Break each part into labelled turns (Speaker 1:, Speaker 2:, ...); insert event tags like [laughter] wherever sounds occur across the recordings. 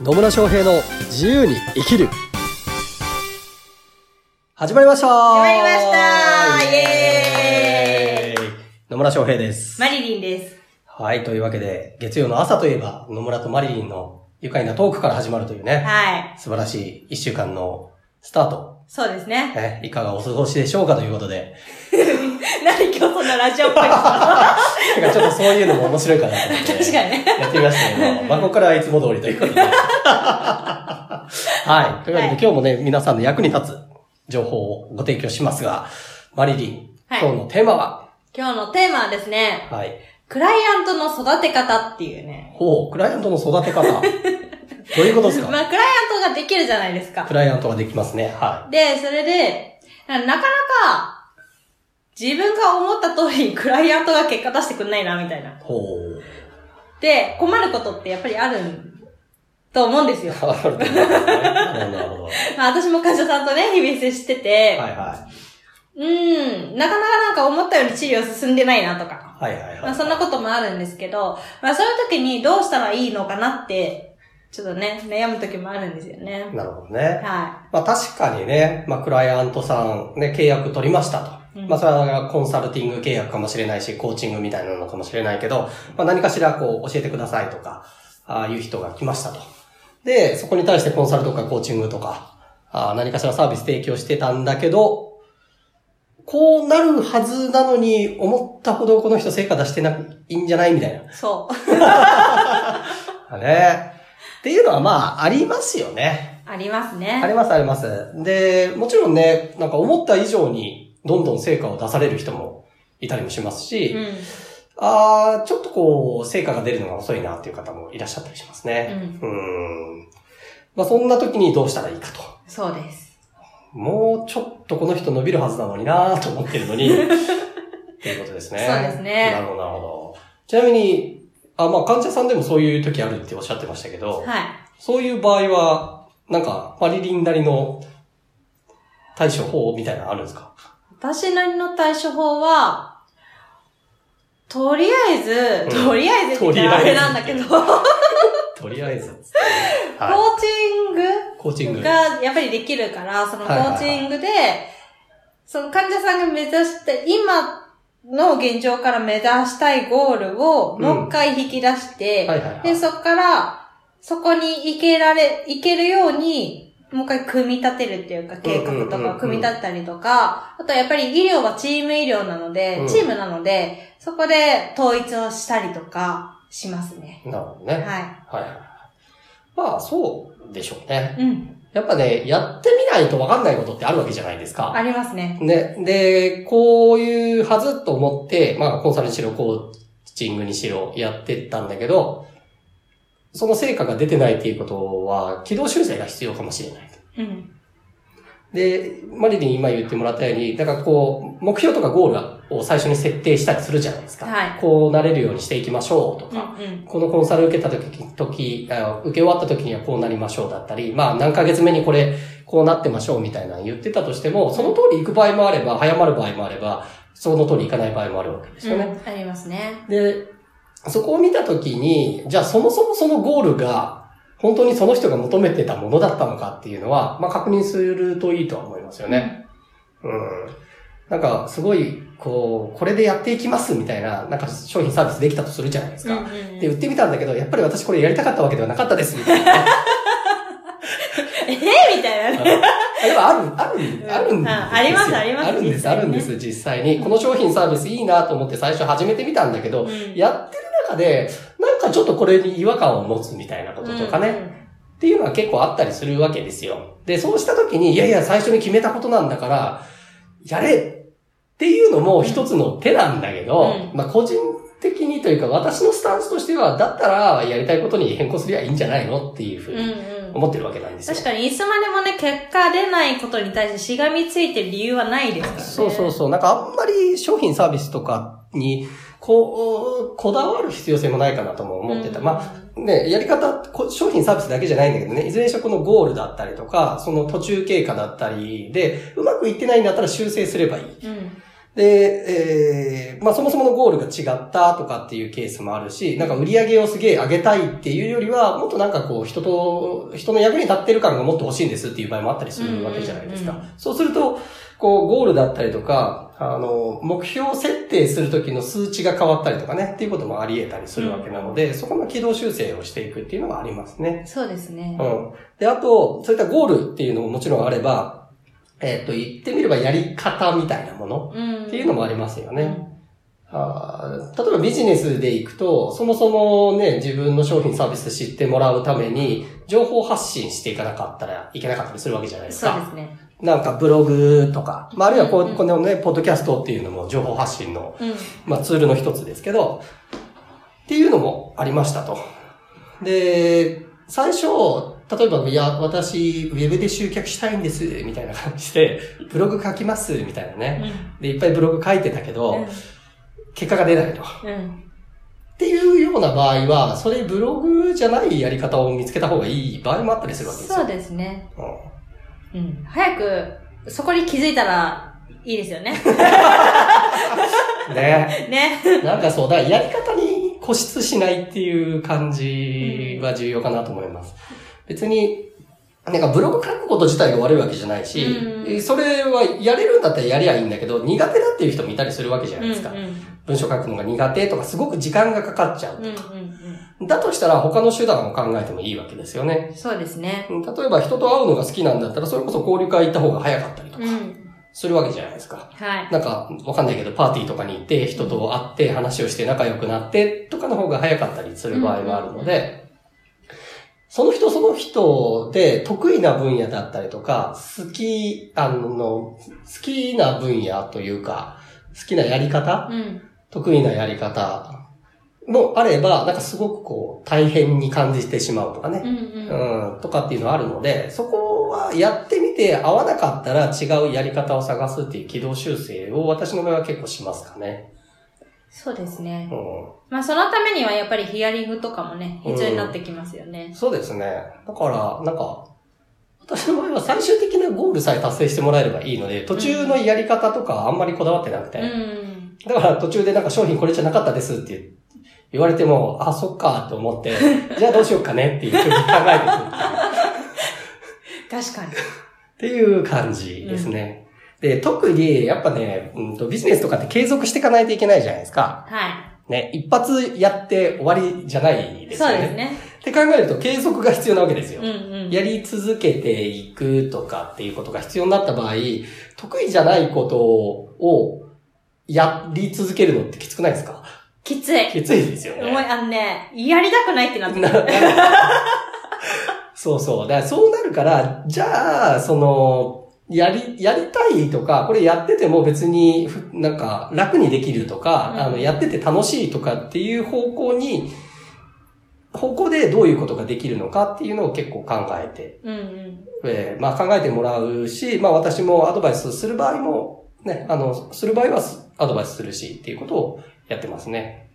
Speaker 1: 野村翔平の自由に生きる始まりました始
Speaker 2: まりましたイエ
Speaker 1: ーイ野村翔平です。
Speaker 2: マリリンです。
Speaker 1: はい、というわけで、月曜の朝といえば、野村とマリリンの愉快なトークから始まるというね、
Speaker 2: はい。
Speaker 1: 素晴らしい一週間のスタート、
Speaker 2: そうですね。 [laughs]
Speaker 1: ね、いかがお過ごしでしょうかということで、
Speaker 2: 何今日そんなラジオっぽいの [laughs]
Speaker 1: なんかちょっとそういうのも面白いかなと思って、
Speaker 2: 確かにね。
Speaker 1: やってみましたけど、
Speaker 2: [laughs]
Speaker 1: まあ、ここからはいつも通りということで。はい。というわけで、
Speaker 2: はい
Speaker 1: 今日もね、皆さんの役に立つ情報をご提供しますが、マリリン、
Speaker 2: はい
Speaker 1: 今日のテーマは、
Speaker 2: 今日のテーマはですね、
Speaker 1: はい。
Speaker 2: クライアントの育て方っていうね。
Speaker 1: ほう、クライアントの育て
Speaker 2: [laughs]
Speaker 1: 方。どういうことです
Speaker 2: ま
Speaker 1: か
Speaker 2: あ、クライアントができるじゃないですか
Speaker 1: ク。ライアントができますね。は。。
Speaker 2: で、それで、なかなか、自分が思った通り [laughs] クライアントが結果出してくんないな、みたいない
Speaker 1: ほ
Speaker 2: [laughs]
Speaker 1: う。
Speaker 2: で、困ることってやっぱりあるんと思うんですよ。
Speaker 1: なるほどね。なるほどなるほど。はい
Speaker 2: まあ、私も患者さんとね、日々接してて、
Speaker 1: は
Speaker 2: うーん、なかなかなんか思ったより治療進んでないなとか。
Speaker 1: い。はいはいは
Speaker 2: ま
Speaker 1: い。
Speaker 2: あそんなこともあるんですけど、まあそういう時にどうしたらいいのかなって、ちょっとね、悩む時もあるんですよね。
Speaker 1: なるほどね。
Speaker 2: は
Speaker 1: まあ確かにね、まあクライアントさんね、契約取りましたと。
Speaker 2: うん
Speaker 1: まあそれはコンサルティング契約かもしれないし、コーチングみたいなのかもしれないけど、まあ何かしらこう教えてくださいとか、ああいう人が来ましたと。で、そこに対してコンサルとかコーチングとか、ああ何かしらサービス提供してたんだけど、こうなるはずなのに、思ったほどこの人成果出してなくいいんじゃないみたい
Speaker 2: い。そう。
Speaker 1: な。ね。っていうのはまあありますよね。
Speaker 2: あります
Speaker 1: あ
Speaker 2: ね。
Speaker 1: りますあります。で、もちろんね、なんか思った以上にどんどん成果を出される人もいたりもしますし、
Speaker 2: うん。
Speaker 1: あーちょっとこう、成果が出るのが遅いなっていう方もいらっしゃったりしますね。うーん。まあそんな時にどうしたらいいかと。
Speaker 2: そうです。
Speaker 1: もうちょっとこの人伸びるはずなのになーと思ってるの
Speaker 2: [laughs]
Speaker 1: に、っていうことですね。
Speaker 2: そうですね
Speaker 1: なるほど、なるほど。ちなみに、あ、まあ患者さんでもそういう時あるっておっしゃってましたけど、
Speaker 2: はい。
Speaker 1: そういう場合は、なんか、マリリンなりの対処法みたいなのあるんですか
Speaker 2: 私なりの対処法は、とりあえず、
Speaker 1: うん
Speaker 2: とりあえずって言ったらあれなんだけど、コ [laughs] ー
Speaker 1: とりあ [laughs] えず。は
Speaker 2: チ
Speaker 1: い。コーチン
Speaker 2: ン
Speaker 1: グ。
Speaker 2: グ
Speaker 1: はい
Speaker 2: がやっぱりできるから、そのコ
Speaker 1: はいはいはい
Speaker 2: ーチングで、その患者さんが目指して、今の現状から目指したいゴールをもう一回引き出して、
Speaker 1: はいは
Speaker 2: で、
Speaker 1: い。
Speaker 2: そこから、そこに行けられ、行けるように、もう一回組み立てるっていうか、計画
Speaker 1: う
Speaker 2: と
Speaker 1: んうんうんう
Speaker 2: か
Speaker 1: ん
Speaker 2: 組み立てたりとか、あとはやっぱり医療はチーム医療なので、
Speaker 1: うん
Speaker 2: チームなので、そこで統一をしたりとかしますね。
Speaker 1: なるほどね。はい
Speaker 2: は
Speaker 1: はいはい。まあ、そうでしょうね。
Speaker 2: い。うん。
Speaker 1: やっぱね、やってみないとわかんないことってあるわけじゃないですか。
Speaker 2: ありますね。
Speaker 1: ね、で、こういうはずと思って、まあ、コンサルにしろ、コーチングにしろ、やってったんだけど、その成果が出てないっていうことは、軌道修正が必要かもしれない。
Speaker 2: うん。
Speaker 1: で、マリリン今言ってもらったように、だからこう、目標とかゴールを最初に設定したりするじゃないですか。
Speaker 2: はい
Speaker 1: こうなれるようにしていきましょうと
Speaker 2: うんう
Speaker 1: か、
Speaker 2: ん。
Speaker 1: このコンサル受けた時、時あ受け終わった時にはこうなりましょうだったり、まあ何ヶ月目にこれ、こうなってましょうみたいなの言ってたとしても、その通り行く場合もあれば、早まる場合もあれば、その通り行かない場合もあるわけですよね。
Speaker 2: うんありますね。
Speaker 1: で、そこを見たときに、じゃあそもそもそのゴールが、本当にその人が求めてたものだったのかっていうのは、まあ確認するといいとは思いますよね。うん。なんか、すごい、こう、これでやっていきますみたいな、なんか商品サービスできたとするじゃないです
Speaker 2: うんう
Speaker 1: か。
Speaker 2: んうん。
Speaker 1: で、売ってみたんだけど、やっぱり私これやりたかったわけではなかったです、みたいな。
Speaker 2: えーみたいなね。
Speaker 1: あでもある、ある、あるん
Speaker 2: うん
Speaker 1: ですよ。
Speaker 2: あありますあります
Speaker 1: あるんで
Speaker 2: 実
Speaker 1: す、
Speaker 2: 際
Speaker 1: あ
Speaker 2: ね
Speaker 1: るんです、実際に。この商品サービスいいなと思って最初始めてみたんだけど、やってる中で、なんかちょっとこれに違和感を持つみたいなこととかね、っ
Speaker 2: ね。
Speaker 1: ていうのは結構あったりするわけですよ。で、そうした時に、いやいや、最初に決めたことなんだから、やれっていうのも一つの手なんだけど、まあ個人的にというか私のスタンスとしては、だったらやりたいことに変更すりゃいいんじゃないのっていうふ
Speaker 2: う
Speaker 1: うん
Speaker 2: う
Speaker 1: に
Speaker 2: んうん。
Speaker 1: 思ってるわけなんですよ。
Speaker 2: 確かに、いつまでもね、結果出ないことに対してしがみついてる理由はないですからね。
Speaker 1: そうそうそう。なんかあんまり商品サービスとかに、こう、こだわる必要性もないかなとも思ってた。
Speaker 2: うん
Speaker 1: まあ、ね、やり方、こ商品サービスだけじゃないんだけどね、いずれにしろこのゴールだったりとか、その途中経過だったりで、うまくいってないんだったら修正すればいい。
Speaker 2: うん。
Speaker 1: で、えー、まあそもそものゴールが違ったとかっていうケースもあるし、なんか売り上げをすげえ上げたいっていうよりは、もっとなんかこう人と、人の役に立ってる感がもっと欲しいんですっていう場合もあったりするわけじゃないですか。
Speaker 2: うんうんうん
Speaker 1: そうすると、こうゴールだったりとか、あの、目標設定するときの数値が変わったりとかね、っていうこともあり得たりするわけなので、そこの軌道修正をしていくっていうのはありますね。
Speaker 2: そうですね。
Speaker 1: うん。で、あと、そういったゴールっていうのももちろんあれば、えっ、と、言ってみればやり方みたいなもの
Speaker 2: うん。
Speaker 1: っていうのもありますよね。あー例えばビジネスで行くと、そもそもね、自分の商品サービス知ってもらうために、情報発信していかなかったらいけなかったりするわけじゃないです
Speaker 2: そう
Speaker 1: か
Speaker 2: で。すね。
Speaker 1: なんかブログとか、まあ、あるいはこ
Speaker 2: うんう
Speaker 1: うんこのね、ポッドキャストっていうのも情報発信の
Speaker 2: うん。
Speaker 1: まあ、ツールの一つですけど、っていうのもありましたと。で、最初、例えば、いや、私、ウェブで集客したいんです、みたいな感じで、ブログ書きます、みたいなね。で、いっぱいブログ書いてたけど、結果が出ないと。っ
Speaker 2: うん。うん。
Speaker 1: ていうような場合は、それブログじゃないやり方を見つけた方がいい場合もあったりするわけですよ。
Speaker 2: そうですね。
Speaker 1: うん
Speaker 2: うん。早く、そこに気づいたら、いいですよ
Speaker 1: [laughs]
Speaker 2: ね。
Speaker 1: ね。
Speaker 2: ね。
Speaker 1: なんかそうだ、やり方に固執しないっていう感じは重要かなと思います。別に、なんかブログ書くこと自体が悪いわけじゃないし、
Speaker 2: うん
Speaker 1: それはやれるんだったらやりゃいいんだけど、苦手だっていう人もいたりするわけじゃ
Speaker 2: う。
Speaker 1: なんいうで
Speaker 2: ん
Speaker 1: すか。文章書くのが苦手とか、すごく時間がかかっちゃ
Speaker 2: うん。うん
Speaker 1: う。
Speaker 2: うん。
Speaker 1: だとしたら他の手段を考えてもいいわけですよね。
Speaker 2: うん。そうですね。
Speaker 1: 例えば人と会うのが好きなんだったら、それこそ交流会行った方が早かったりとか
Speaker 2: うん。
Speaker 1: するわけじゃないですか。
Speaker 2: はい。
Speaker 1: なんか、わかんないけど、パーティーとかに行って、人と会って、話をして仲良くなって、とかの方が早かったりする場合もあるので、その人その人で得意な分野だったりとか、好き、あの、好きな分野というか、好きなやり方
Speaker 2: うん。
Speaker 1: 得意なやり方もあれば、なんかすごくこう、大変に感じてしまうとかね
Speaker 2: う。んうん。
Speaker 1: うん、とかっていうのはあるので、そこはやってみて合わなかったら違うやり方を探すっていう軌道修正を私の場合は結構しますかね。
Speaker 2: そうですね。
Speaker 1: う
Speaker 2: まあ、そのためにはやっぱりヒアリングとかもね、必要になってきますよね
Speaker 1: ん。。そうですね。だから、なんか、私の場合は最終的なゴールさえ達成してもらえればいいので、途中のやり方とかあんまりこだわってなくて、
Speaker 2: うん。
Speaker 1: だから途中でなんか商品これじゃなかったですって言われても、あ、そっかと思って、じゃあどうしようかねっていうふうに考えてくるっていう。
Speaker 2: 確かに。
Speaker 1: っていう感じですね。で、特に、やっぱね、うんと、ビジネスとかって継続していかないといけないじゃないですか。
Speaker 2: は
Speaker 1: ね、一発やって終わりじゃない
Speaker 2: い。
Speaker 1: ですよ
Speaker 2: そう
Speaker 1: ね。
Speaker 2: ですね。
Speaker 1: って考えると継続が必要なわけです
Speaker 2: う
Speaker 1: よ。
Speaker 2: んうん。
Speaker 1: やり続けていくとかっていうことが必要になった場合、得意じゃないことをやり続けるのってきつくないですか
Speaker 2: きつい。
Speaker 1: きついですよ
Speaker 2: もう、
Speaker 1: ね。
Speaker 2: あのね、やりたくないってなってく
Speaker 1: な
Speaker 2: る。
Speaker 1: な [laughs] そうそう。だからそうなるから、じゃあ、その、やり、やりたいとか、これやってても別にふ、なんか、楽にできるとか、
Speaker 2: うん
Speaker 1: あの、やってて楽しいとかっていう方向に、方向でどういうことができるのかっていうのを結構考えて、
Speaker 2: うんうん。
Speaker 1: えーまあ考えてもらうし、まあ私もアドバイスする場合も、ね、あの、する場合はすアドバイスするしっていうことをやってますね。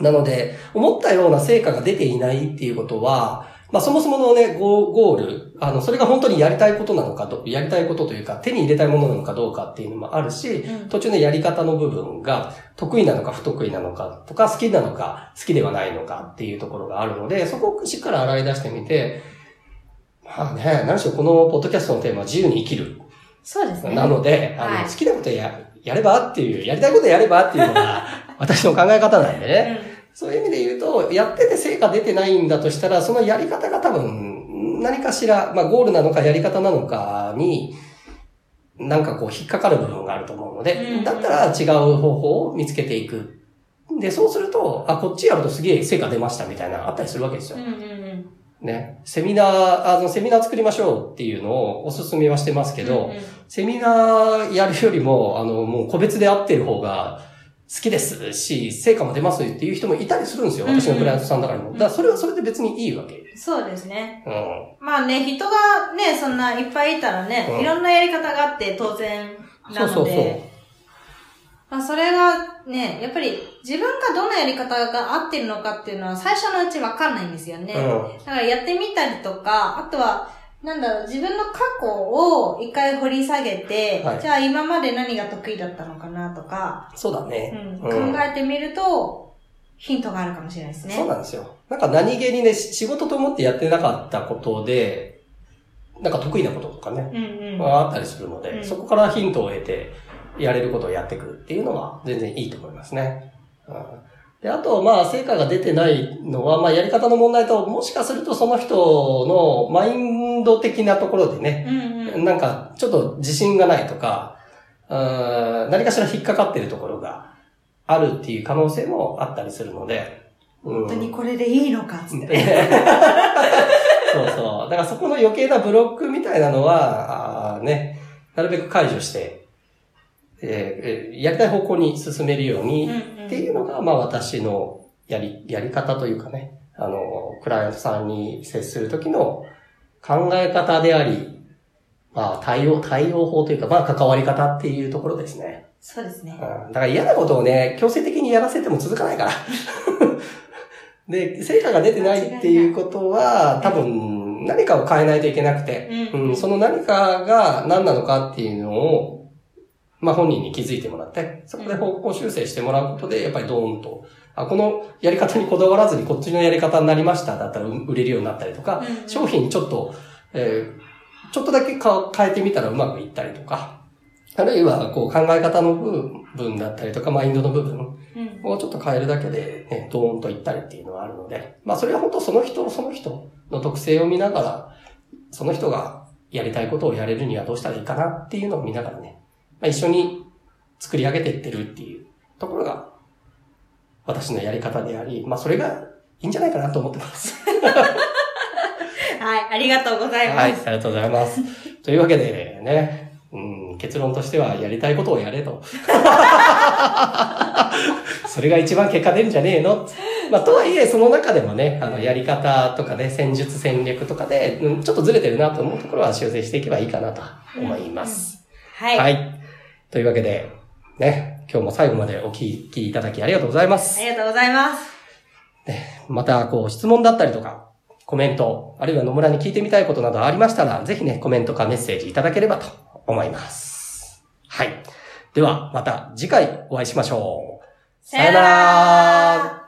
Speaker 1: なので、思ったような成果が出ていないっていうことは、まあそもそものね、ゴゴール、あの、それが本当にやりたいことなのかと、やりたいことというか、手に入れたいものなのかどうかっていうのもあるし、
Speaker 2: うん
Speaker 1: 途中のやり方の部分が得意なのか不得意なのかとか、好きなのか好きではないのかっていうところがあるので、そこをしっかり洗い出してみて、まあね、何しろこのポッドキャストのテーマは自由に生きる。
Speaker 2: そうですね。
Speaker 1: なので、あの
Speaker 2: はい
Speaker 1: 好きなことややればっていう、やりたいことやればっていうの
Speaker 2: [laughs]
Speaker 1: が私の考え方なんでね。そういう意味で言うと、やってて成果出てないんだとしたら、そのやり方が多分、何かしら、まあゴールなのかやり方なのかに、なんかこう引っかかる部分があると思うので、
Speaker 2: うん
Speaker 1: だったら違う方法を見つけていく。で、そうすると、あ、こっちやるとすげえ成果出ましたみたいな、あったりするわけです
Speaker 2: う
Speaker 1: よ
Speaker 2: ん。。うんうんうん。
Speaker 1: ね。セミナー、あの、セミナー作りましょうっていうのをおすすめはしてますけど、
Speaker 2: うんうん、
Speaker 1: セミナーやるよりも、あの、もう個別で会ってる方が好きですし、成果も出ますっていう人もいたりするんですよ。
Speaker 2: うんうん
Speaker 1: 私のクライアントさんだからも。だからそれはそれで別にいいわけ。うん。
Speaker 2: そうですね。まあね、人がね、そんないっぱいいたらね、
Speaker 1: うん
Speaker 2: いろんなやり方があって当然な
Speaker 1: そうそ
Speaker 2: の
Speaker 1: う
Speaker 2: で、
Speaker 1: そう。
Speaker 2: まあそれがね、やっぱり自分がどんなやり方が合ってるのかっていうのは最初のうちわかんないんですよね。
Speaker 1: う
Speaker 2: だからやってみたりとか、あとは、なんだろう、自分の過去を一回掘り下げて、
Speaker 1: はい
Speaker 2: じゃあ今まで何が得意だったのかなとか、
Speaker 1: そうだ
Speaker 2: う
Speaker 1: ね。
Speaker 2: ん
Speaker 1: うん
Speaker 2: 考えてみると、ヒントがあるかもしれないですね。
Speaker 1: そうなんですよ。なんか何気にね、し仕事と思ってやってなかったことで、なんか得意なこととかね、
Speaker 2: うんうん。
Speaker 1: があったりするので、
Speaker 2: うん
Speaker 1: そこからヒントを得て、やれることをやっていくっていうのは全然いいと思いますね。うん、で、あと、まあ、成果が出てないのは、まあ、やり方の問題と、もしかするとその人のマインド的なところでね、
Speaker 2: うんうん。
Speaker 1: なんか、ちょっと自信がないとか、うーん何かしら引っかかってるところがあるっていう可能性もあったりするので、うん
Speaker 2: 本当にこれでいいのかっつって。
Speaker 1: そうそう。だからそこの余計なブロックみたいなのは、あーね、なるべく解除して、えーえーやりたい方向に進めるよう
Speaker 2: うん
Speaker 1: に、
Speaker 2: うん
Speaker 1: っていうのが、まあ私のやり、やり方というかね、あの、クライアントさんに接するときの考え方であり、まあ対応、対応法というか、まあ関わり方っていうところですね。
Speaker 2: そうです
Speaker 1: うん
Speaker 2: ね。
Speaker 1: だから嫌なことをね、強制的にやらせても続かないから。 [laughs] で、成果が出てないっていうことは、多分何かを変えないといけなくて、
Speaker 2: う
Speaker 1: うん、その何かが何なのかっていうのを、まあ本人に気づいてもらって、そこで方向修正してもらうことで、やっぱりドーンと、あ、このやり方にこだわらずにこっちのやり方になりましただったらうん売れるようになったりとか、
Speaker 2: うんうん
Speaker 1: 商品ちょっと、えーちょっとだけか変えてみたらうまくいったりとか、あるいはこう考え方の部分だったりとか、マインドの部分
Speaker 2: うん
Speaker 1: もうちょっと変えるだけで、ね、ドーンといったりっていうのはあるので、まあそれは本当その人その人の特性を見ながら、その人がやりたいことをやれるにはどうしたらいいかなっていうのを見ながらね、まあ、一緒に作り上げていってるっていうところが、私のやり方であり、まあそれがいいんじゃないかなと思ってます。
Speaker 2: はい、ありがとうございます。
Speaker 1: はい、ありがとうございます。というわけでね、うん、結論としてはやりたいことをやれ [laughs] と。それが一番結果出るんじゃねえのまあ、とはいえ、その中でもね、あの、やり方とかね、戦術戦略とかで、うんちょっとずれてるなと思うところは修正していけばいいかなと思います。
Speaker 2: はい。
Speaker 1: は
Speaker 2: あ
Speaker 1: い。というわけで、ね、今日も最後までお聞きいただきありがとうございます。
Speaker 2: りがとうございます。
Speaker 1: また、こう、質問だったりとか、コメント、あるいは野村に聞いてみたいことなどありましたら、ぜひね、コメントかメッセージいただければと思います。はい。では、また次回お会いしましょう。
Speaker 2: さよなら